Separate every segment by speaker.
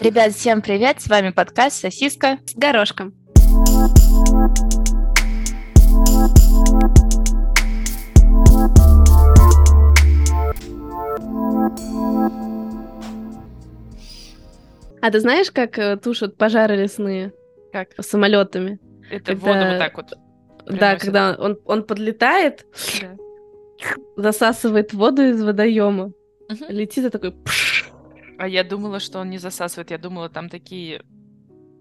Speaker 1: Ребят, всем привет! С вами подкаст «Сосиска».
Speaker 2: с горошком. А ты знаешь, как э, тушат пожары лесные
Speaker 1: Как?
Speaker 2: самолетами?
Speaker 1: Это
Speaker 2: Это-
Speaker 1: воду вот так вот.
Speaker 2: Да,
Speaker 1: Приносят.
Speaker 2: когда он, он подлетает,
Speaker 1: Да.
Speaker 2: засасывает воду из водоема,
Speaker 1: Мгм.
Speaker 2: летит и такой пш.
Speaker 1: А я думала, что он не засасывает. Я думала, там такие...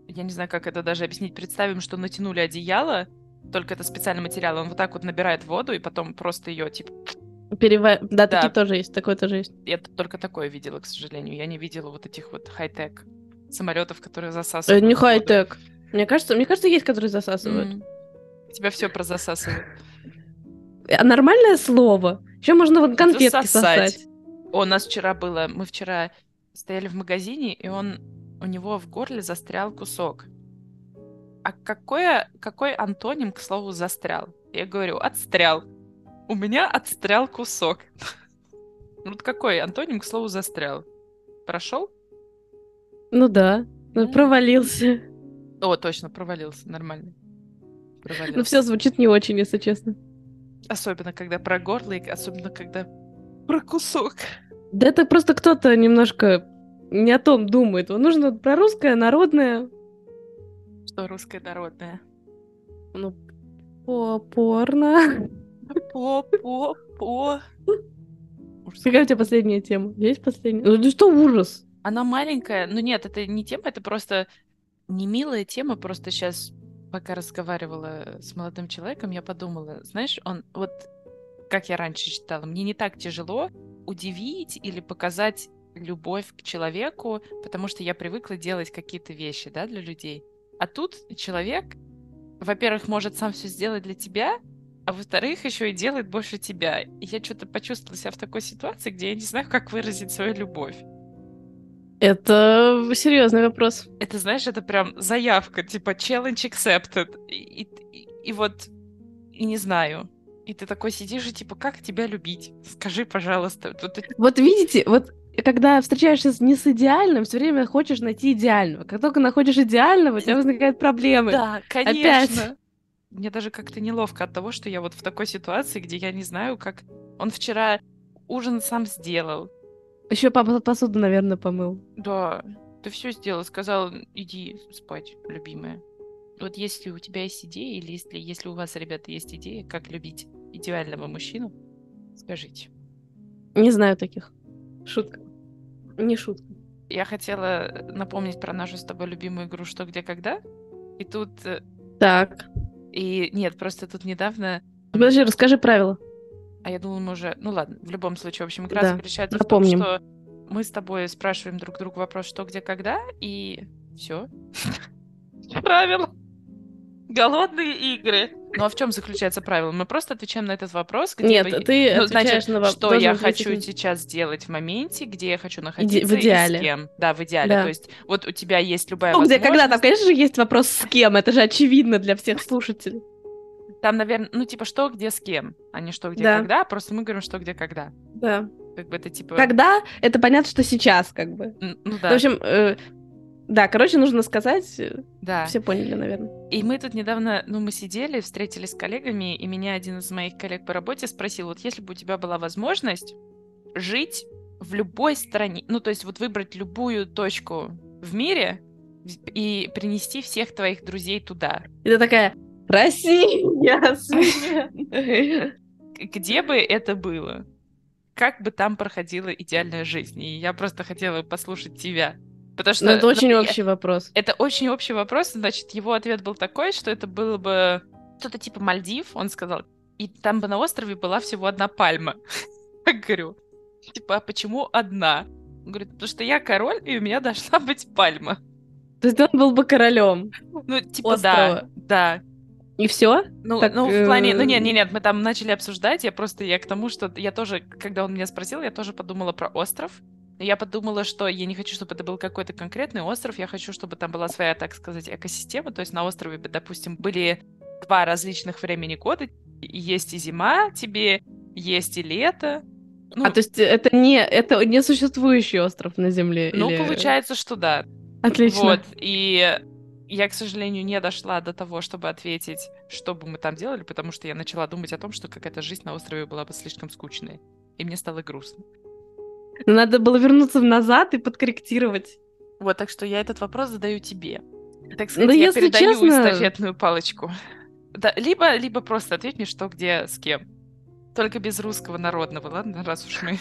Speaker 1: Я не знаю, как это даже объяснить. Представим, что натянули одеяло, только это специальный материал. Он вот так вот набирает воду, и потом просто ее, типа...
Speaker 2: перева-
Speaker 1: Да.
Speaker 2: Да, такие тоже есть, такое тоже есть.
Speaker 1: Я т- только такое видела, к сожалению. Я не видела вот этих вот хай-тек самолетов, которые
Speaker 2: Э,
Speaker 1: засасывают.
Speaker 2: Не
Speaker 1: воду.
Speaker 2: хай-тек. Мне кажется, мне кажется, есть, которые засасывают.
Speaker 1: М. Тебя все про засасывают.
Speaker 2: А Нормальное слово. Еще можно вот конфетки
Speaker 1: Засосать.
Speaker 2: сосать.
Speaker 1: О, у нас вчера было, мы вчера стояли в магазине, и он, у него в горле застрял кусок. А какое, какой антоним к слову застрял? Я говорю, отстрял. У меня отстрял кусок. Ну, Вот какой антоним к слову застрял? Прошел?
Speaker 2: Ну да. Ну,
Speaker 1: Ну.
Speaker 2: провалился.
Speaker 1: О, точно, провалился, нормально.
Speaker 2: Ну
Speaker 1: Провалился.
Speaker 2: все звучит не очень, если честно.
Speaker 1: Особенно, когда про горло, и особенно, когда про кусок.
Speaker 2: Да это просто кто-то немножко не о том думает. Вот Нужно вот про русское, народное.
Speaker 1: Что русское народное?
Speaker 2: Ну, по- порно.
Speaker 1: По-по-по.
Speaker 2: Какая у тебя последняя тема? Есть последняя? Ну да что ужас?
Speaker 1: Она маленькая. Ну нет, это не тема, это просто не милая тема. Просто сейчас, пока разговаривала с молодым человеком, я подумала, знаешь, он вот, как я раньше считала, мне не так тяжело удивить или показать любовь к человеку, потому что я привыкла делать какие-то вещи, да, для людей. А тут человек, во-первых, может сам все сделать для тебя, а во-вторых, еще и делает больше тебя. И я что-то почувствовала себя в такой ситуации, где я не знаю, как выразить свою любовь.
Speaker 2: Это серьезный вопрос.
Speaker 1: Это, знаешь, это прям заявка, типа challenge accepted. И, и- и вот, и не знаю. И ты такой сидишь и типа, как тебя любить? Скажи, пожалуйста. Вот это-
Speaker 2: Вот видите, вот когда встречаешься с- не с идеальным, все время хочешь найти идеального. Как только находишь идеального, у тебя возникают проблемы.
Speaker 1: Да,
Speaker 2: Опять.
Speaker 1: конечно. Мне даже как-то неловко от того, что я вот в такой ситуации, где я не знаю, как... Он вчера ужин сам сделал.
Speaker 2: Еще папа посуду, наверное, помыл.
Speaker 1: Да, ты все сделал. Сказал, иди спать, любимая. Вот если у тебя есть идея, или если, если у вас, ребята, есть идея, как любить идеального мужчину, скажите.
Speaker 2: Не знаю таких. Шутка. Не шутка.
Speaker 1: Я хотела э, напомнить про нашу с тобой любимую игру «Что, где, когда». И тут... э,
Speaker 2: Так.
Speaker 1: И нет, просто тут недавно...
Speaker 2: Подожди, расскажи правила.
Speaker 1: А я думала, мы уже... Ну ладно, в любом случае, в общем, игра
Speaker 2: Да,
Speaker 1: заключается
Speaker 2: напомним.
Speaker 1: в том, что мы с тобой спрашиваем друг друга вопрос «Что, где, когда?» и все. Правила. Голодные игры. Ну а в чем заключается правило? Мы просто отвечаем на этот вопрос. где
Speaker 2: Нет,
Speaker 1: бы-
Speaker 2: ты типа
Speaker 1: ну,
Speaker 2: отвечаешь
Speaker 1: значит,
Speaker 2: на вопрос.
Speaker 1: что я хочу сейчас делать в моменте, где я хочу находиться и
Speaker 2: идеале.
Speaker 1: с кем. Да, в идеале.
Speaker 2: Да.
Speaker 1: То есть вот у тебя есть любая
Speaker 2: Ну, где,
Speaker 1: возможность.
Speaker 2: когда? Там, конечно же, есть вопрос с кем. Это же очевидно для всех слушателей.
Speaker 1: Там, наверное, ну типа что, где, с кем, а не что, где,
Speaker 2: Да.
Speaker 1: когда. Просто мы говорим, что, где, когда.
Speaker 2: Да.
Speaker 1: Как бы это типа...
Speaker 2: Когда? Это понятно, что сейчас, как бы.
Speaker 1: Н- Ну да,
Speaker 2: В общем, э, да, короче, нужно сказать. э,
Speaker 1: да.
Speaker 2: Все поняли, наверное.
Speaker 1: И мы тут недавно, ну, мы сидели, встретились с коллегами, и меня один из моих коллег по работе спросил, вот если бы у тебя была возможность жить в любой стране, ну, то есть вот выбрать любую точку в мире в- и принести всех твоих друзей туда,
Speaker 2: И ты такая, Россия! Свет!»
Speaker 1: г- где бы это было? Как бы там проходила идеальная жизнь? И я просто хотела послушать тебя. Потому что
Speaker 2: Ну, это
Speaker 1: ну,
Speaker 2: очень
Speaker 1: я-
Speaker 2: общий вопрос.
Speaker 1: Это очень общий вопрос, значит, его ответ был такой, что это было бы что-то типа Мальдив, он сказал, и там бы на острове была всего одна пальма. Я говорю, типа, а почему одна? Он говорит, потому что я король, и у меня должна быть пальма.
Speaker 2: То есть он был бы королем.
Speaker 1: Ну, типа, да,
Speaker 2: Острова.
Speaker 1: да.
Speaker 2: И все?
Speaker 1: Ну,
Speaker 2: Так,
Speaker 1: ну, в плане, ну,
Speaker 2: э,
Speaker 1: нет, нет, нет, мы там начали обсуждать, я просто, я к тому, что я тоже, когда он меня спросил, я тоже подумала про остров, Но я подумала, что я не хочу, чтобы это был какой-то конкретный остров, я хочу, чтобы там была своя, так сказать, экосистема, то есть на острове, бы, допустим, были два различных времени года, И есть и зима тебе, есть и лето, ну,
Speaker 2: А то есть это не это не существующий остров на Земле?
Speaker 1: ну
Speaker 2: или-
Speaker 1: получается, что да.
Speaker 2: Отлично.
Speaker 1: Вот, и я, к сожалению, не дошла до того, чтобы ответить, что бы мы там делали, потому что я начала думать о том, что какая-то жизнь на острове была бы слишком скучной. И мне стало грустно.
Speaker 2: Но надо было вернуться назад и подкорректировать.
Speaker 1: Вот, так что я этот вопрос задаю тебе. Так
Speaker 2: Да,
Speaker 1: сказать, я
Speaker 2: Ну, если
Speaker 1: передаю
Speaker 2: честно-
Speaker 1: эстафетную палочку. Да, либо, либо просто ответь мне, что, где, с кем. Только без русского народного, ладно, раз уж мы...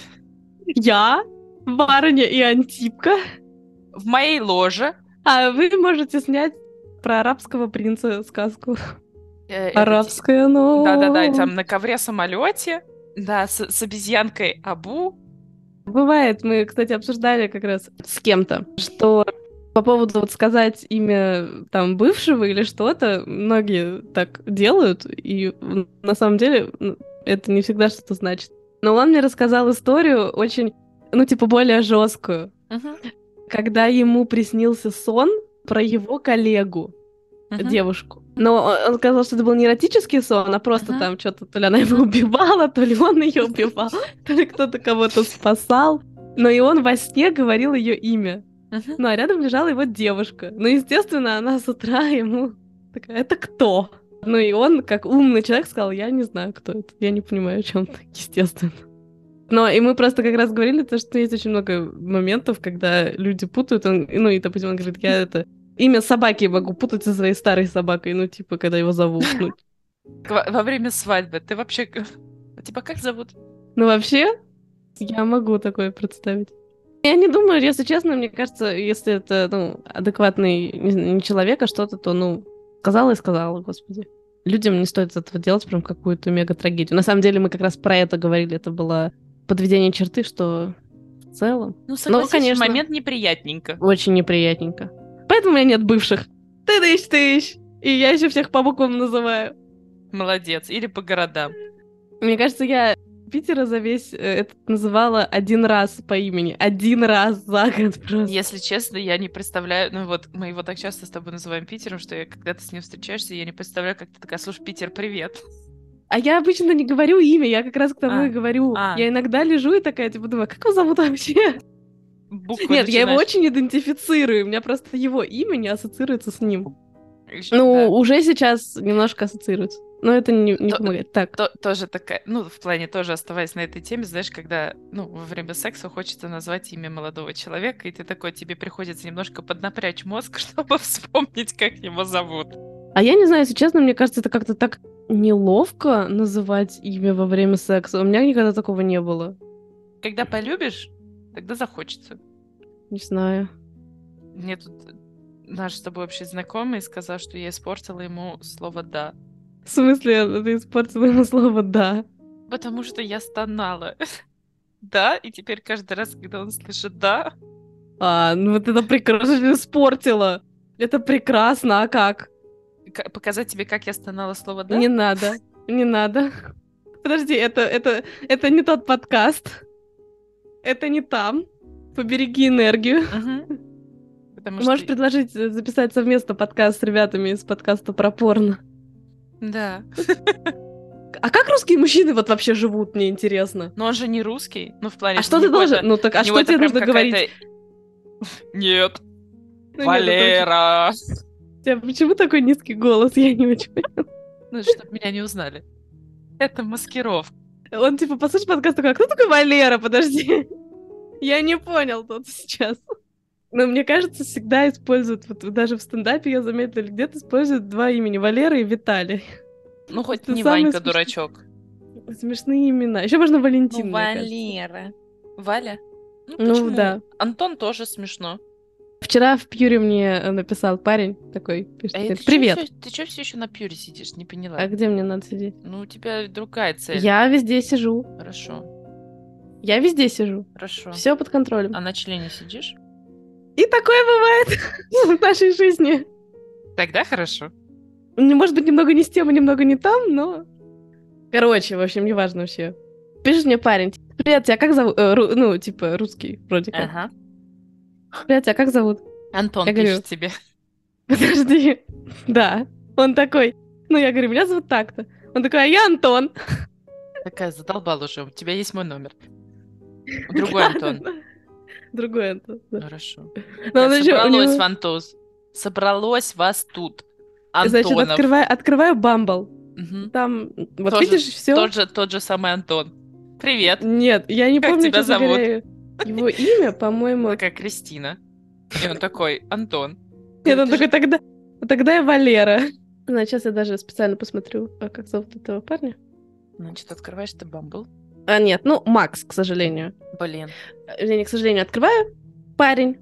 Speaker 2: Я, барыня и антипка,
Speaker 1: В моей ложе...
Speaker 2: а вы можете снять про арабского принца сказку.
Speaker 1: э, это
Speaker 2: Арабская ночь.
Speaker 1: Да-да-да, и там на ковре самолете, да, с, с обезьянкой Абу.
Speaker 2: Бывает, мы, кстати, обсуждали как раз с кем-то, что по поводу вот сказать имя там бывшего или что-то, многие так делают, и м, на самом деле м, это не всегда что-то значит. Но он мне рассказал историю очень, ну, типа, более жесткую, когда ему приснился сон про его коллегу
Speaker 1: Мгм.
Speaker 2: девушку. Но э, он- он сказал, что это был не эротический сон, а просто
Speaker 1: Мгм.
Speaker 2: там что-то, то ли она его убивала, то ли он ее убивал, то ли кто-то кого-то спасал. Но и он во сне говорил ее имя.
Speaker 1: Мгм.
Speaker 2: Ну а рядом лежала его девушка. Ну, естественно, она с утра ему такая, это кто? Ну и он, как умный человек, сказал, я не знаю, кто это. Я не понимаю, о чем ты, естественно. Но и мы просто как раз говорили, то, что есть очень много моментов, когда люди путают. Он, ну и, допустим, он говорит, я это имя собаки могу путать со своей старой собакой, ну типа, когда его зовут. Ну,
Speaker 1: К- Во, во время свадьбы ты вообще... к- Тебя как зовут?
Speaker 2: Ну, вообще, я могу такое представить. Я не думаю, если честно, мне кажется, если это, ну, адекватный не, знаю, не человек, а что-то, то, ну, сказала и сказала, господи. Людям не стоит из этого делать прям какую-то мега-трагедию. На самом деле, мы как раз про это говорили, это было подведение черты, что в целом
Speaker 1: Ну, согласись,
Speaker 2: конечно.
Speaker 1: момент неприятненько.
Speaker 2: очень неприятненько. Поэтому у меня нет бывших. Ты тыщ, тыщ! И я еще всех по буквам называю.
Speaker 1: Молодец. Или по городам.
Speaker 2: Мне кажется, я Питера за весь э, этот называла один раз по имени. Один раз за год просто.
Speaker 1: Если честно, я не представляю... Ну вот, мы его так часто с тобой называем Питером, что я, когда ты с ним встречаешься, я не представляю, как ты такая, слушай, Питер, привет.
Speaker 2: А я обычно не говорю имя, я как раз к тому
Speaker 1: А,
Speaker 2: и говорю.
Speaker 1: а.
Speaker 2: Я иногда лежу и такая, типа, думаю, как его зовут вообще?
Speaker 1: Буквы
Speaker 2: Нет, я его
Speaker 1: начинаешь-
Speaker 2: очень идентифицирую. У меня просто его имя не ассоциируется с ним.
Speaker 1: Ещё,
Speaker 2: Ну,
Speaker 1: да.
Speaker 2: уже сейчас немножко ассоциируется. Но это не, не
Speaker 1: То-
Speaker 2: помогает. Так,
Speaker 1: То- тоже такая, ну, в плане тоже оставаясь на этой теме, знаешь, когда, ну, во время секса хочется назвать имя молодого человека, и ты такой, тебе приходится немножко поднапрячь мозг, чтобы вспомнить, как его зовут.
Speaker 2: А я не знаю, если честно, мне кажется, это как-то так неловко называть имя во время секса. У меня никогда такого не было.
Speaker 1: Когда полюбишь, тогда захочется.
Speaker 2: Не знаю.
Speaker 1: Мне тут наш с тобой общий знакомый сказал, что я испортила ему слово «да»,
Speaker 2: В смысле, ты испортила ему слово «да».
Speaker 1: потому что я стонала. Да, и теперь каждый раз, когда он слышит «да»,
Speaker 2: А, ну вот это прекрасно испортила. Это прекрасно, а как?
Speaker 1: к- показать тебе, как я стонала слово «да».
Speaker 2: Не надо, не надо. Подожди, это, это, это не тот подкаст. Это не там. Побереги энергию.
Speaker 1: Мгм. Потому
Speaker 2: Можешь
Speaker 1: что...
Speaker 2: предложить э, записать совместно подкаст с ребятами из подкаста про порно.
Speaker 1: Да.
Speaker 2: А как русские мужчины вот вообще живут, мне интересно?
Speaker 1: Но он же не русский, ну в плане.
Speaker 2: А что
Speaker 1: у
Speaker 2: ты
Speaker 1: него
Speaker 2: должен?
Speaker 1: это-
Speaker 2: Ну так,
Speaker 1: у
Speaker 2: а
Speaker 1: него
Speaker 2: что
Speaker 1: это
Speaker 2: тебе
Speaker 1: прям
Speaker 2: нужно говорить?
Speaker 1: какая-то- Нет,
Speaker 2: Ну, нет, это
Speaker 1: Валера.
Speaker 2: очень- У тебя Почему такой низкий голос? Я не очень
Speaker 1: Ну, чтобы меня не узнали. Это маскировка.
Speaker 2: Он типа, послушай подкаст такой, «А кто такой Валера, подожди. Я не понял тут сейчас. Но мне кажется, всегда используют, вот даже в стендапе я заметила, где-то используют два имени, Валера и Виталий.
Speaker 1: Ну, хоть
Speaker 2: Это
Speaker 1: не
Speaker 2: самый
Speaker 1: Ванька
Speaker 2: смешной.
Speaker 1: дурачок.
Speaker 2: Смешные имена. Еще можно Валентин,
Speaker 1: Ну,
Speaker 2: мне кажется.
Speaker 1: Валера. Валя? Ну,
Speaker 2: Ну,
Speaker 1: почему?
Speaker 2: да.
Speaker 1: Антон тоже смешно.
Speaker 2: Вчера в Пьюре мне э, написал парень такой, пишет,
Speaker 1: А
Speaker 2: говорит,
Speaker 1: ты чё
Speaker 2: привет,
Speaker 1: всё- ты что все еще на пьюре сидишь? Не поняла.
Speaker 2: а где мне надо сидеть?
Speaker 1: Ну, у тебя другая цель.
Speaker 2: Я везде сижу,
Speaker 1: Хорошо,
Speaker 2: я везде сижу,
Speaker 1: хорошо.
Speaker 2: все под контролем.
Speaker 1: А на члене сидишь?
Speaker 2: И такое бывает в нашей жизни.
Speaker 1: Тогда хорошо.
Speaker 2: Ну, Может быть, немного не с тем и немного не там, но... Короче, в общем, неважно вообще. Пишет мне парень. типа, Привет, тебя как зовут? Э, ру- Ну, типа, русский вроде как.
Speaker 1: Ага.
Speaker 2: Привет, тебя как зовут?
Speaker 1: Антон
Speaker 2: Я
Speaker 1: пишет
Speaker 2: говорю,
Speaker 1: тебе.
Speaker 2: Подожди. Да. Он такой. Ну, я говорю, меня зовут так-то. Он такой, а я Антон.
Speaker 1: Такая задолбал уже. У тебя есть мой номер. Другой Антон.
Speaker 2: Другое. это, да.
Speaker 1: Хорошо.
Speaker 2: Но он
Speaker 1: Так,
Speaker 2: ещё- у
Speaker 1: собралось,
Speaker 2: него-
Speaker 1: Вантуз. Собралось вас тут.
Speaker 2: Значит,
Speaker 1: Антонов.
Speaker 2: открываю, открываю Бамбл.
Speaker 1: Мгм.
Speaker 2: Там, вот
Speaker 1: Тоже-
Speaker 2: видишь, все.
Speaker 1: Тот же, тот же самый Антон. Привет.
Speaker 2: Нет, я не
Speaker 1: Как
Speaker 2: помню,
Speaker 1: тебя
Speaker 2: честно
Speaker 1: зовут?
Speaker 2: говоря, Его имя, по-моему...
Speaker 1: Такая Кристина. И он такой, Антон.
Speaker 2: Нет,
Speaker 1: Ну,
Speaker 2: он
Speaker 1: ты же-
Speaker 2: такой, тогда, тогда я Валера. Значит, сейчас Ну, а я даже специально посмотрю, а как зовут этого парня.
Speaker 1: Значит, открываешь ты бамбл.
Speaker 2: А, нет, ну, Макс, к сожалению.
Speaker 1: Блин.
Speaker 2: Я не к сожалению, открываю. Парень.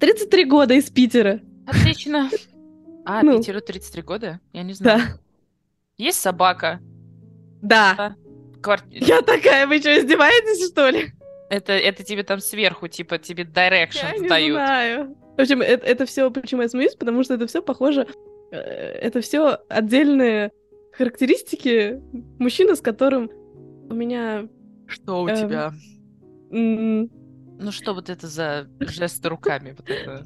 Speaker 2: 33 года из Питера.
Speaker 1: Отлично. А,
Speaker 2: Ну.
Speaker 1: Питеру 33 года? Я не знаю. Есть собака.
Speaker 2: Да.
Speaker 1: Квар-
Speaker 2: Я такая, вы что, издеваетесь, что ли?
Speaker 1: Это, это тебе там сверху, типа, тебе direction
Speaker 2: не
Speaker 1: дают.
Speaker 2: знаю. В общем, э, это, все, почему я смеюсь, потому что это все похоже, э, это все отдельные характеристики мужчины, с которым у меня...
Speaker 1: Что у
Speaker 2: Эм.
Speaker 1: тебя?
Speaker 2: м,
Speaker 1: Ну что вот это за жесты руками? Вот это?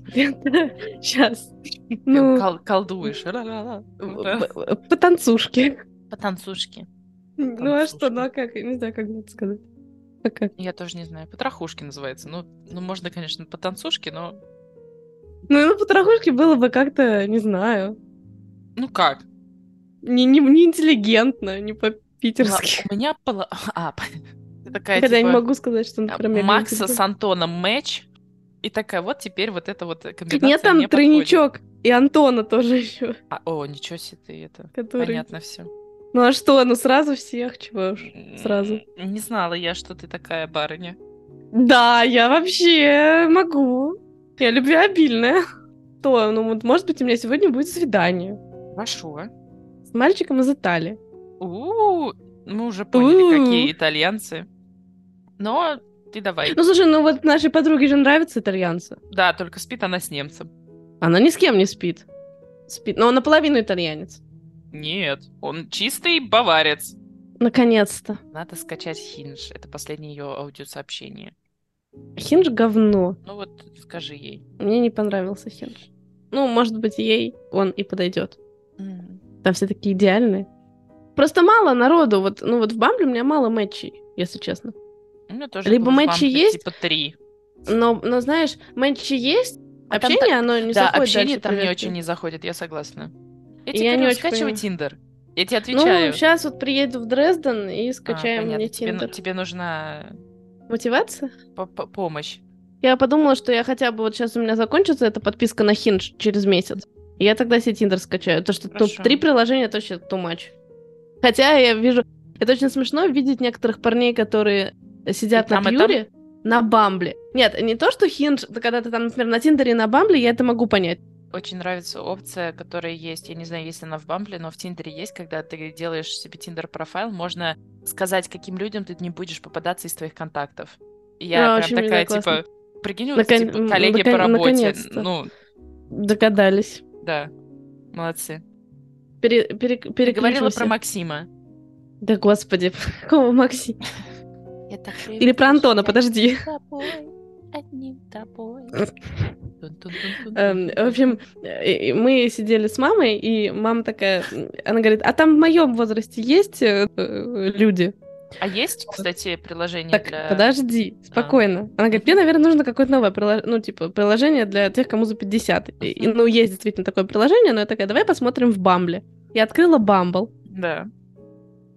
Speaker 2: Сейчас.
Speaker 1: Прям
Speaker 2: Ну,
Speaker 1: кол- колдуешь. Ла-ла-ла. Да.
Speaker 2: п- п- потанцушки.
Speaker 1: Потанцушки.
Speaker 2: Ну а что,
Speaker 1: Потанцушки.
Speaker 2: ну а как, я не знаю, как это сказать. А как?
Speaker 1: Я тоже не знаю. Потрохушки называется. Ну, ну можно, конечно, потанцушки, но...
Speaker 2: Ну, ну потрохушки было бы как-то, не знаю,
Speaker 1: Ну как?
Speaker 2: не, не, не интеллигентно, не по-питерски.
Speaker 1: У меня пола... А, пон- ты такая,
Speaker 2: Хотя я не
Speaker 1: типа,
Speaker 2: могу сказать, что, например... я типа,
Speaker 1: Макса
Speaker 2: интеллигентна.
Speaker 1: с Антоном мэч. И такая, вот теперь вот это вот комбинация
Speaker 2: Нет, там
Speaker 1: мне
Speaker 2: тройничок. И Антона тоже еще,
Speaker 1: подходит. А, о, ничего себе ты это.
Speaker 2: который...
Speaker 1: Понятно все.
Speaker 2: Ну а что, ну сразу всех, чего уж. Сразу.
Speaker 1: Не знала я, что ты такая барыня.
Speaker 2: Да, я вообще могу. Я любвеобильная. То, ну вот, может быть, у меня сегодня будет свидание
Speaker 1: Хорошо.
Speaker 2: с мальчиком из Италии.
Speaker 1: У-у-у, Мы уже поняли,
Speaker 2: У-у.
Speaker 1: какие итальянцы. Но ты давай.
Speaker 2: Ну слушай, ну вот нашей подруге же нравятся итальянцы.
Speaker 1: Да, только спит она с немцем.
Speaker 2: Она ни с кем не спит. Спит. Но он наполовину итальянец.
Speaker 1: Нет, он чистый баварец.
Speaker 2: Наконец-то.
Speaker 1: Надо скачать Хинж. Это последнее ее аудиосообщение.
Speaker 2: Хинж говно.
Speaker 1: Ну вот скажи ей.
Speaker 2: Мне не понравился Хинж. Ну, может быть, ей он и подойдет. Там все такие идеальные. Просто мало народу. Вот, ну вот в Бамбле у меня мало матчей, если честно.
Speaker 1: У меня тоже
Speaker 2: Либо
Speaker 1: было в
Speaker 2: матчи
Speaker 1: Бамбле
Speaker 2: есть,
Speaker 1: Типа три.
Speaker 2: Но, но знаешь, матчи есть,
Speaker 1: А там
Speaker 2: общение, оно не
Speaker 1: да,
Speaker 2: заходит
Speaker 1: общение
Speaker 2: дальше
Speaker 1: там не
Speaker 2: проверки.
Speaker 1: очень не заходит, я согласна. Я
Speaker 2: Я
Speaker 1: тебе
Speaker 2: не
Speaker 1: говорю,
Speaker 2: очень
Speaker 1: скачивай
Speaker 2: понимаю.
Speaker 1: Тиндер. Я тебе
Speaker 2: Ну,
Speaker 1: отвечаю.
Speaker 2: сейчас вот приеду в Дрезден и
Speaker 1: А,
Speaker 2: скачаем
Speaker 1: понятно,
Speaker 2: мне
Speaker 1: тебе, ну-
Speaker 2: Тиндер.
Speaker 1: тебе нужна
Speaker 2: Мотивация?
Speaker 1: по- по- помощь.
Speaker 2: Я подумала, что я хотя бы вот сейчас у меня закончится эта подписка на Хинж через месяц. И я тогда себе Тиндер скачаю. То, что ну,
Speaker 1: Хорошо.
Speaker 2: три приложения, это вообще too much. Хотя я вижу... Это очень смешно видеть некоторых парней, которые сидят
Speaker 1: И там,
Speaker 2: на
Speaker 1: и там?
Speaker 2: Пьюре, на Бамбле. Нет, не то, что Хинж, это когда ты там, например, на Тиндере и на Бамбле, я это могу понять.
Speaker 1: Очень нравится опция, которая есть. Я не знаю, есть ли она в Бамбле, но в Тиндере есть, когда ты делаешь себе Тиндер профайл, можно сказать, каким людям ты не будешь попадаться из твоих контактов. И я
Speaker 2: Да,
Speaker 1: прям
Speaker 2: очень, не
Speaker 1: такая,
Speaker 2: знаю, классно.
Speaker 1: типа, прикинь, вот,
Speaker 2: Након-
Speaker 1: типа,
Speaker 2: м,
Speaker 1: коллеги
Speaker 2: након-
Speaker 1: по работе.
Speaker 2: наконец-то.
Speaker 1: Ну,
Speaker 2: Догадались.
Speaker 1: да. Молодцы.
Speaker 2: Пере, пере,
Speaker 1: Ты говорила
Speaker 2: переключимся.
Speaker 1: про Максима.
Speaker 2: Да господи, какого Макси? Или
Speaker 1: Или
Speaker 2: про Антона, подожди. Эм, В общем, э, э, мы сидели с мамой, и мама такая, м, она говорит, а там в моем возрасте есть э, э, люди?
Speaker 1: а есть, кстати, приложение
Speaker 2: Так,
Speaker 1: для... А.
Speaker 2: подожди, спокойно. Она говорит, мне, наверное, нужно какое-то новое приложение, ну, типа, приложение для тех, кому за 50. И- и,
Speaker 1: Мгм.
Speaker 2: ну, есть действительно такое приложение, но я такая, давай посмотрим в Бамбле. Я открыла Бамбл.
Speaker 1: Да.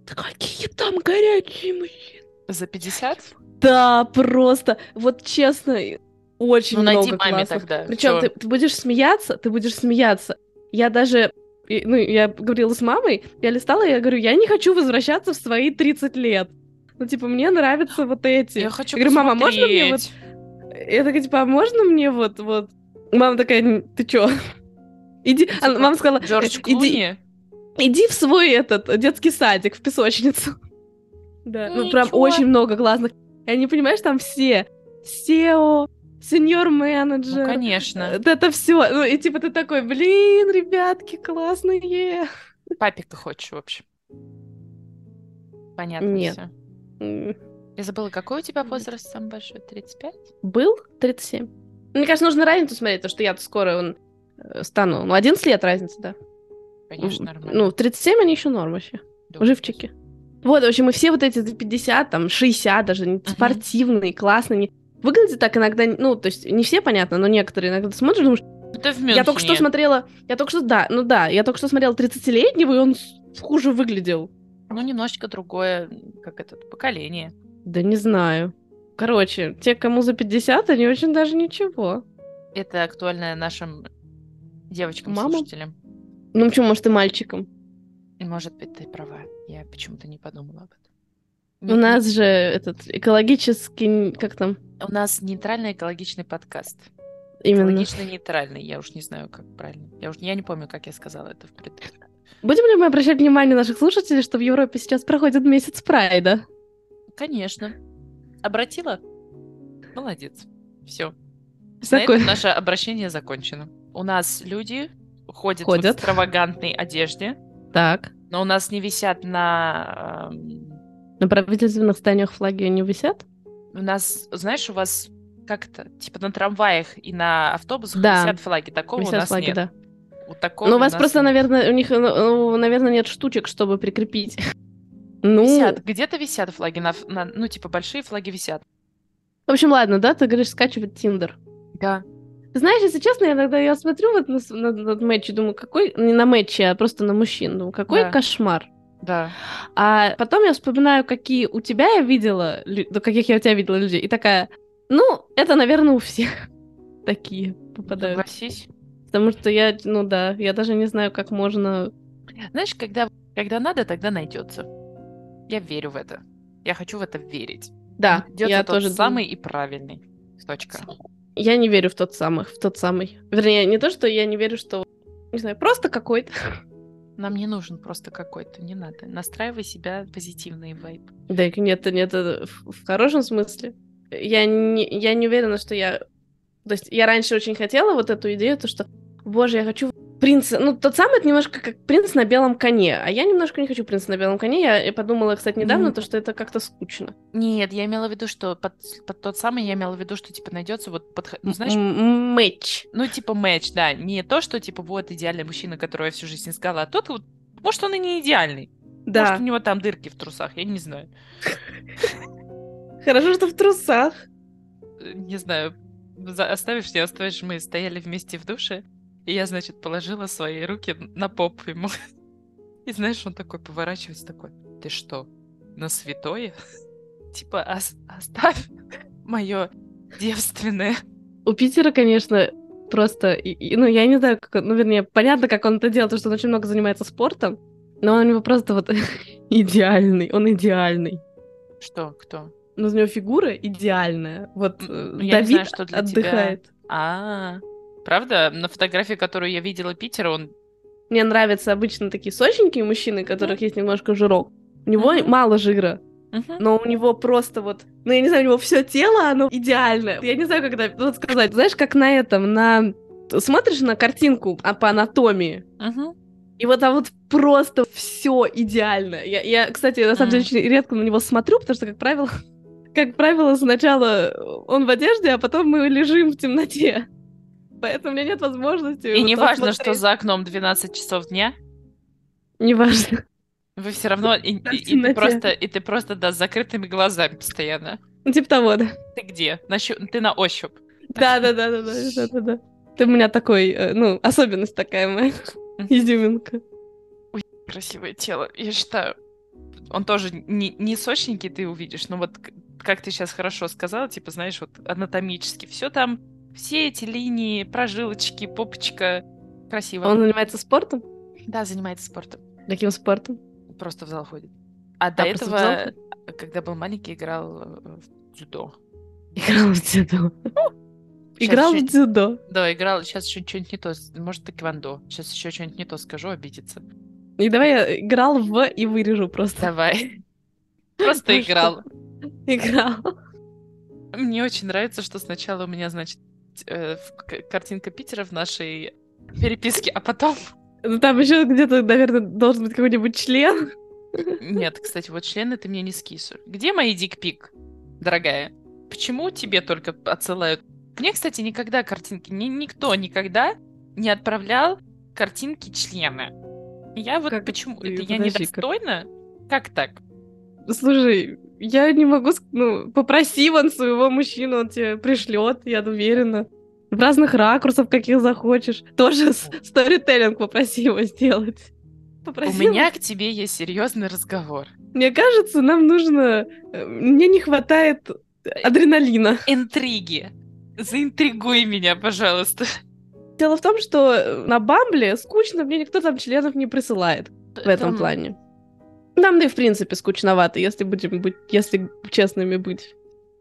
Speaker 2: Да Какие там горячие мужчины.
Speaker 1: За 50?
Speaker 2: Да, просто, вот честно, и очень
Speaker 1: Ну, найди
Speaker 2: много
Speaker 1: маме
Speaker 2: классных.
Speaker 1: тогда.
Speaker 2: Причем ты,
Speaker 1: Всё.
Speaker 2: ты будешь смеяться, ты будешь смеяться. Я даже, и- ну, я говорила с мамой, я листала, и я говорю, я не хочу возвращаться в свои 30 лет. Ну, типа, мне нравятся вот эти.
Speaker 1: Я хочу
Speaker 2: говорю, мама, а можно мне вот...
Speaker 1: посмотреть.
Speaker 2: Я такая, типа, а можно мне вот, вот... Мама такая, «Н- ты чё? Иди, Она- мама сказала,
Speaker 1: Ну, типа, Джордж
Speaker 2: иди,
Speaker 1: Клуни?
Speaker 2: иди в свой этот э, детский садик, в песочницу. Да, ну прям
Speaker 1: Ничего.
Speaker 2: очень много классных. И они, понимаешь, там все. SEO,
Speaker 1: Ну,
Speaker 2: сеньор-менеджер,
Speaker 1: конечно.
Speaker 2: вот Это все. Ну, и типа ты такой, блин, ребятки, классные.
Speaker 1: Папика хочешь, в общем. Понятно
Speaker 2: Нет.
Speaker 1: всё.
Speaker 2: М,
Speaker 1: Я забыла, какой у тебя
Speaker 2: Нет.
Speaker 1: возраст самый большой? 35?
Speaker 2: Был 37. Мне кажется, нужно разницу смотреть, то что я-то скоро он, э, стану. Ну, 11 лет разница, да.
Speaker 1: Конечно,
Speaker 2: В-
Speaker 1: нормально.
Speaker 2: Ну, в 37 они еще норм вообще.
Speaker 1: Думаю,
Speaker 2: Живчики. Вот, в общем, и все вот эти за 50, там, 60 даже, не-
Speaker 1: Мгм.
Speaker 2: спортивные, классные. не- Выглядит так иногда, ну, то есть не все, понятно, но некоторые иногда ты смотришь, думаешь,
Speaker 1: Это в
Speaker 2: я только что
Speaker 1: Мюнхене.
Speaker 2: смотрела, я только что, да, ну да, я только что смотрела 30-летнего, и он с- хуже выглядел.
Speaker 1: Ну, немножечко другое, как это, поколение.
Speaker 2: Да не знаю. Короче, те, кому за 50, они очень даже ничего.
Speaker 1: Это актуально нашим
Speaker 2: Мамам?
Speaker 1: девочкам-слушателям.
Speaker 2: Ну почему, может, и мальчиком.
Speaker 1: И, Может быть, ты права. Я почему-то не подумала об этом.
Speaker 2: У нас же этот экологический, н- как там,
Speaker 1: у нас нейтральный экологичный подкаст.
Speaker 2: именно.
Speaker 1: Экологично нейтральный. Я уж не знаю, как правильно. Я уж я не помню, как я сказала это впредь.
Speaker 2: Будем ли мы обращать внимание наших слушателей, что в Европе сейчас проходит месяц прайда?
Speaker 1: Конечно. Обратила? Молодец. Все. На
Speaker 2: Такой-
Speaker 1: этом наше обращение закончено. У нас люди ходят, в
Speaker 2: Ходят.
Speaker 1: экстравагантной одежде,
Speaker 2: Так.
Speaker 1: но у нас не висят на... эм,
Speaker 2: На правительственных зданиях флаги не висят?
Speaker 1: У нас, знаешь, у вас как-то, типа на трамваях и на автобусах
Speaker 2: Да.
Speaker 1: висят флаги. Такого у
Speaker 2: висят
Speaker 1: нас
Speaker 2: флаги,
Speaker 1: нет.
Speaker 2: да.
Speaker 1: Вот такого
Speaker 2: Ну, у вас
Speaker 1: нас
Speaker 2: просто,
Speaker 1: нет.
Speaker 2: наверное, у них, ну, наверное, нет штучек, чтобы прикрепить. Ну,
Speaker 1: Висят, где-то висят флаги, на, ф- на- ну, типа, большие флаги висят.
Speaker 2: в общем, ладно, да, ты говоришь скачивать Тиндер.
Speaker 1: Да.
Speaker 2: Ты Знаешь, если честно, иногда я смотрю вот на, с- на, на матч и думаю, какой... Не на матче, а просто на мужчин. Думаю, какой
Speaker 1: Да.
Speaker 2: кошмар.
Speaker 1: Да.
Speaker 2: А потом я вспоминаю, какие у тебя я видела, лю- ну, каких я у тебя видела людей. И такая, ну, это, наверное, у всех такие попадают.
Speaker 1: Согласись.
Speaker 2: Потому что я, ну да, я даже не знаю, как можно...
Speaker 1: Знаешь, когда, когда надо, тогда найдется. Я верю в это. Я хочу в это верить.
Speaker 2: Да,
Speaker 1: Найдётся
Speaker 2: я
Speaker 1: тот
Speaker 2: тоже... думаю.
Speaker 1: самый и правильный. Точка.
Speaker 2: Я не верю в тот самый, в тот самый. Вернее, не то, что я не верю, что... Не знаю, просто какой-то.
Speaker 1: Нам не нужен просто какой-то, не надо. Настраивай себя позитивный вайб.
Speaker 2: Да нет, нет, это в в хорошем смысле. Я не, я не уверена, что я... То есть я раньше очень хотела вот эту идею, то что, боже, я хочу принца... Ну, тот самый, это немножко как принц на белом коне. А я немножко не хочу принца на белом коне. Я и подумала, кстати, недавно,
Speaker 1: Мгм.
Speaker 2: то, что это как-то скучно.
Speaker 1: Нет, я имела в виду, что под, под тот самый я имела в виду, что типа найдется вот подх- ну, знаешь,
Speaker 2: М- Мэтч.
Speaker 1: ну типа матч, да, не то, что типа вот идеальный мужчина, которого я всю жизнь искала, а тот вот, может он и не идеальный,
Speaker 2: Да.
Speaker 1: может у него там дырки в трусах, я не знаю,
Speaker 2: Хорошо, что в трусах.
Speaker 1: Э, не знаю, за- оставишь, не оставишь, мы стояли вместе в душе, и я значит положила свои руки на попу ему, и знаешь, он такой поворачивается такой, ты что, на святое, типа «Ос- оставь мое девственное
Speaker 2: У Питера, конечно, просто... и- и- ну, я не знаю, как... он- Ну, вернее, понятно, как он это делал, потому что он очень много занимается спортом. Но он у него просто вот идеальный. Он идеальный.
Speaker 1: Что? Кто?
Speaker 2: Ну, у него фигура идеальная. Вот
Speaker 1: М,
Speaker 2: э,
Speaker 1: Ну, я не
Speaker 2: Давид
Speaker 1: знаю, что для
Speaker 2: отдыхает.
Speaker 1: А, правда? На фотографии, которую я видела Питера, он...
Speaker 2: Мне нравятся обычно такие сочненькие мужчины, у которых есть немножко жирок. У него
Speaker 1: Мгм.
Speaker 2: мало жира,
Speaker 1: Мгм.
Speaker 2: но у него просто вот, ну я не знаю, у него все тело, оно идеальное. Я не знаю, когда вот сказать. Знаешь, как на этом, на смотришь на картинку а по анатомии,
Speaker 1: Мгм.
Speaker 2: и вот там вот просто все идеально. Я, я, кстати, на самом деле
Speaker 1: Мгм.
Speaker 2: очень редко на него смотрю, потому что, как правило, как правило, сначала он в одежде, а потом мы лежим в темноте. Поэтому у меня нет возможности.
Speaker 1: И
Speaker 2: вот
Speaker 1: не важно, что
Speaker 2: осмотреть.
Speaker 1: за окном 12 часов дня,
Speaker 2: Не важно.
Speaker 1: вы все равно... И,
Speaker 2: Да,
Speaker 1: и-
Speaker 2: в
Speaker 1: и ты
Speaker 2: темноте.
Speaker 1: просто, и ты просто, да, с закрытыми глазами постоянно.
Speaker 2: Ну, Типа того, да.
Speaker 1: Ты где? На щу- Ты на ощупь.
Speaker 2: Да, да, да, да, да, да, да, да. Ты у меня такой, э, ну, особенность такая моя. Изюминка.
Speaker 1: Красивое тело, я считаю. Он тоже не, не сочненький ты увидишь, но вот к- как ты сейчас хорошо сказала, типа, знаешь, вот анатомически. Все там, все эти линии, прожилочки, попочка. Красиво.
Speaker 2: Он занимается спортом?
Speaker 1: Да, занимается спортом.
Speaker 2: Каким спортом?
Speaker 1: Просто в зал ходит. А до
Speaker 2: просто в зал
Speaker 1: этого, когда был маленький, играл э, в дзюдо.
Speaker 2: Играл в дзюдо.
Speaker 1: щас
Speaker 2: Играл в
Speaker 1: чуть-
Speaker 2: дзюдо.
Speaker 1: Да, играл. Сейчас еще что-нибудь не то. с- Может, таквандо. Сейчас еще что-нибудь не то скажу, обидится.
Speaker 2: И давай я играл в и вырежу просто.
Speaker 1: Давай. Просто
Speaker 2: Ну что?
Speaker 1: играл.
Speaker 2: Играл.
Speaker 1: Мне очень нравится, что сначала у меня, значит, э, в- к- картинка Питера в нашей переписке, а потом...
Speaker 2: Ну там еще где-то, наверное, должен быть какой-нибудь член.
Speaker 1: Нет, кстати, вот члены ты мне не скису. Где мои дикпик, дорогая? Почему тебе только отсылают? Мне, кстати, никогда картинки... ни- никто никогда не отправлял картинки члена. Я вот
Speaker 2: Как это
Speaker 1: почему...
Speaker 2: ты?
Speaker 1: Это я
Speaker 2: Подожди, как?
Speaker 1: недостойна? Как так?
Speaker 2: Слушай, я не могу, ск- ну, попроси вон своего мужчину, он тебе пришлет, я уверена. В разных ракурсах, каких захочешь. Тоже с- сторителлинг попроси его сделать.
Speaker 1: У
Speaker 2: Попроси его
Speaker 1: меня к тебе есть серьезный разговор.
Speaker 2: Мне кажется, нам нужно... э, Мне не хватает адреналина.
Speaker 1: Интриги. Заинтригуй меня, пожалуйста.
Speaker 2: Дело в том, что э, на Бамбле скучно, мне никто там членов не присылает в этом
Speaker 1: Там-
Speaker 2: плане. Нам, да и в принципе, скучновато, если будем быть, если честными быть.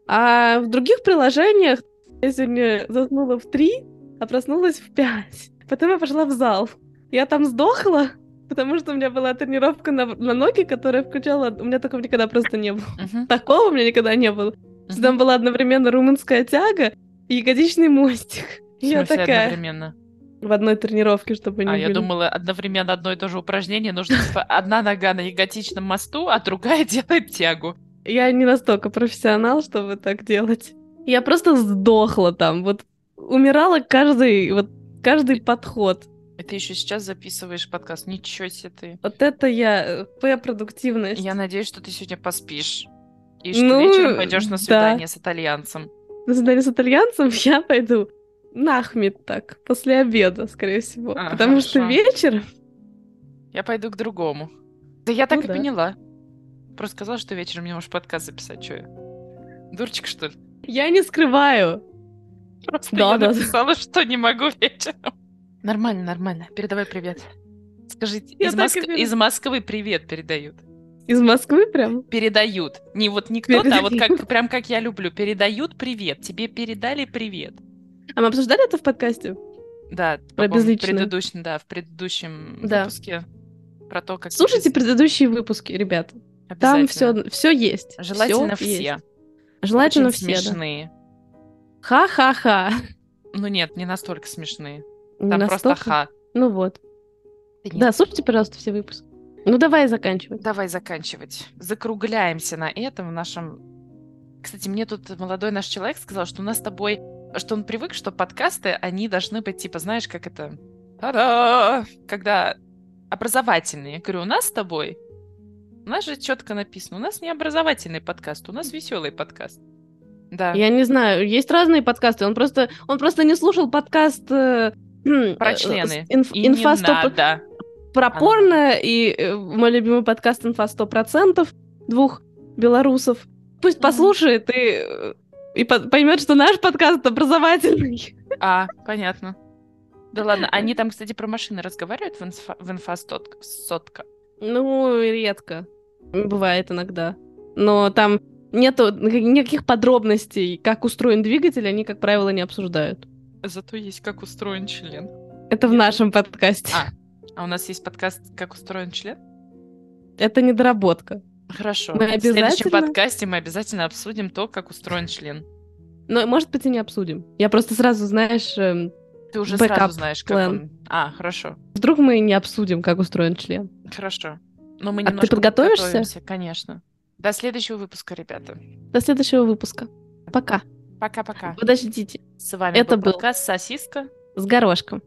Speaker 2: А в других приложениях я сегодня заснула в три, а проснулась в пять. Потом я пошла в зал. Я там сдохла, потому что у меня была тренировка на, на ноги, которая включала... У меня такого никогда просто не было.
Speaker 1: Мгм.
Speaker 2: Такого у меня никогда не было. То есть Там была одновременно румынская тяга и ягодичный мостик.
Speaker 1: В
Speaker 2: Я
Speaker 1: смысле,
Speaker 2: такая
Speaker 1: одновременно.
Speaker 2: в одной тренировке, чтобы не
Speaker 1: А, я
Speaker 2: были.
Speaker 1: думала, одновременно одно и то же упражнение. Нужно типа, одна нога на яготичном мосту, а другая делает тягу.
Speaker 2: Я не настолько профессионал, чтобы так делать. Я просто сдохла там. Вот умирала каждый, вот каждый подход.
Speaker 1: И ты еще сейчас записываешь подкаст. Ничего себе ты.
Speaker 2: Вот это я, э, П продуктивность.
Speaker 1: Я надеюсь, что ты сегодня поспишь. И что
Speaker 2: Ну,
Speaker 1: вечером пойдешь на
Speaker 2: да.
Speaker 1: свидание с итальянцем.
Speaker 2: На свидание с итальянцем я пойду нахмит так, после обеда, скорее всего.
Speaker 1: А,
Speaker 2: Потому что
Speaker 1: хорошо.
Speaker 2: вечером...
Speaker 1: Я пойду к другому. Да я так
Speaker 2: Ну
Speaker 1: и
Speaker 2: да.
Speaker 1: поняла. Просто сказала, что вечером мне можешь подкаст записать. Че я? Дурочка, что ли?
Speaker 2: Я не скрываю.
Speaker 1: Просто
Speaker 2: Да,
Speaker 1: я
Speaker 2: да.
Speaker 1: написала, что не могу вечером. Нормально, нормально. Передавай привет. Скажите,
Speaker 2: Я
Speaker 1: из,
Speaker 2: так и
Speaker 1: Моск-
Speaker 2: перед-
Speaker 1: из Москвы привет передают.
Speaker 2: Из Москвы прям.
Speaker 1: Передают. Не вот не кто-то, а вот как,
Speaker 2: Передают.
Speaker 1: прям как я люблю. Передают привет. Тебе передали привет.
Speaker 2: А мы обсуждали это в подкасте?
Speaker 1: Да,
Speaker 2: Про
Speaker 1: по-моему, в
Speaker 2: безличное.
Speaker 1: предыдущем, да, в предыдущем
Speaker 2: Да.
Speaker 1: выпуске. Про то, как...
Speaker 2: Слушайте предыдущие выпуски, ребята. Там все, все есть. всё
Speaker 1: Желательно
Speaker 2: есть.
Speaker 1: все.
Speaker 2: Желательно
Speaker 1: Очень
Speaker 2: все. да.
Speaker 1: смешные.
Speaker 2: Ха-ха-ха.
Speaker 1: Ну нет, не настолько смешные.
Speaker 2: Не
Speaker 1: Там просто
Speaker 2: настолько.
Speaker 1: ха.
Speaker 2: Ну вот.
Speaker 1: Да нет.
Speaker 2: Да, слушайте, пожалуйста, все выпуски. Ну давай заканчивать.
Speaker 1: Давай заканчивать. Закругляемся на этом в нашем... Кстати, мне тут молодой наш человек сказал, что у нас с тобой... Что он привык, что подкасты, они должны быть, типа, знаешь, как это... Та-да! Когда образовательные. Я говорю, у нас с тобой... У нас же четко написано. У нас не образовательный подкаст, у нас веселый подкаст. Да.
Speaker 2: Я не знаю, есть разные подкасты. Он просто, он просто не слушал подкаст э, м,
Speaker 1: Про
Speaker 2: э,
Speaker 1: члены.
Speaker 2: с- инф-
Speaker 1: И
Speaker 2: инфа
Speaker 1: не
Speaker 2: 100
Speaker 1: надо.
Speaker 2: про
Speaker 1: Она-
Speaker 2: порно и э, мой любимый подкаст инфа 100% двух белорусов. Пусть
Speaker 1: Мгм.
Speaker 2: послушает и, э, и поймет, что наш подкаст образовательный.
Speaker 1: А, понятно. Да ладно, они там, кстати, про машины разговаривают в, инфа- в инфа сотка- сотка.
Speaker 2: Ну, редко. Бывает иногда. Но там нету ни- никаких подробностей, как устроен двигатель, они, как правило, не обсуждают.
Speaker 1: Зато есть как устроен член.
Speaker 2: Это в
Speaker 1: Нет.
Speaker 2: нашем подкасте.
Speaker 1: А. А у нас есть подкаст «Как устроен член».
Speaker 2: Это недоработка.
Speaker 1: Хорошо.
Speaker 2: Мы
Speaker 1: В следующем
Speaker 2: обязательно-
Speaker 1: подкасте мы обязательно обсудим то, как устроен член.
Speaker 2: Но, может быть, и не обсудим. Я просто сразу, знаешь, эм,
Speaker 1: Ты уже
Speaker 2: Бэкап
Speaker 1: сразу знаешь, как
Speaker 2: план.
Speaker 1: он... А, хорошо.
Speaker 2: вдруг мы не обсудим, как устроен член.
Speaker 1: Хорошо. Но мы
Speaker 2: А ты
Speaker 1: немножко
Speaker 2: подготовишься?
Speaker 1: подготовимся, Конечно. До следующего выпуска, ребята.
Speaker 2: До следующего выпуска. Пока.
Speaker 1: Пока-пока.
Speaker 2: Подождите.
Speaker 1: С вами
Speaker 2: Это
Speaker 1: был
Speaker 2: был-
Speaker 1: подкаст «Сосиска».
Speaker 2: С горошком.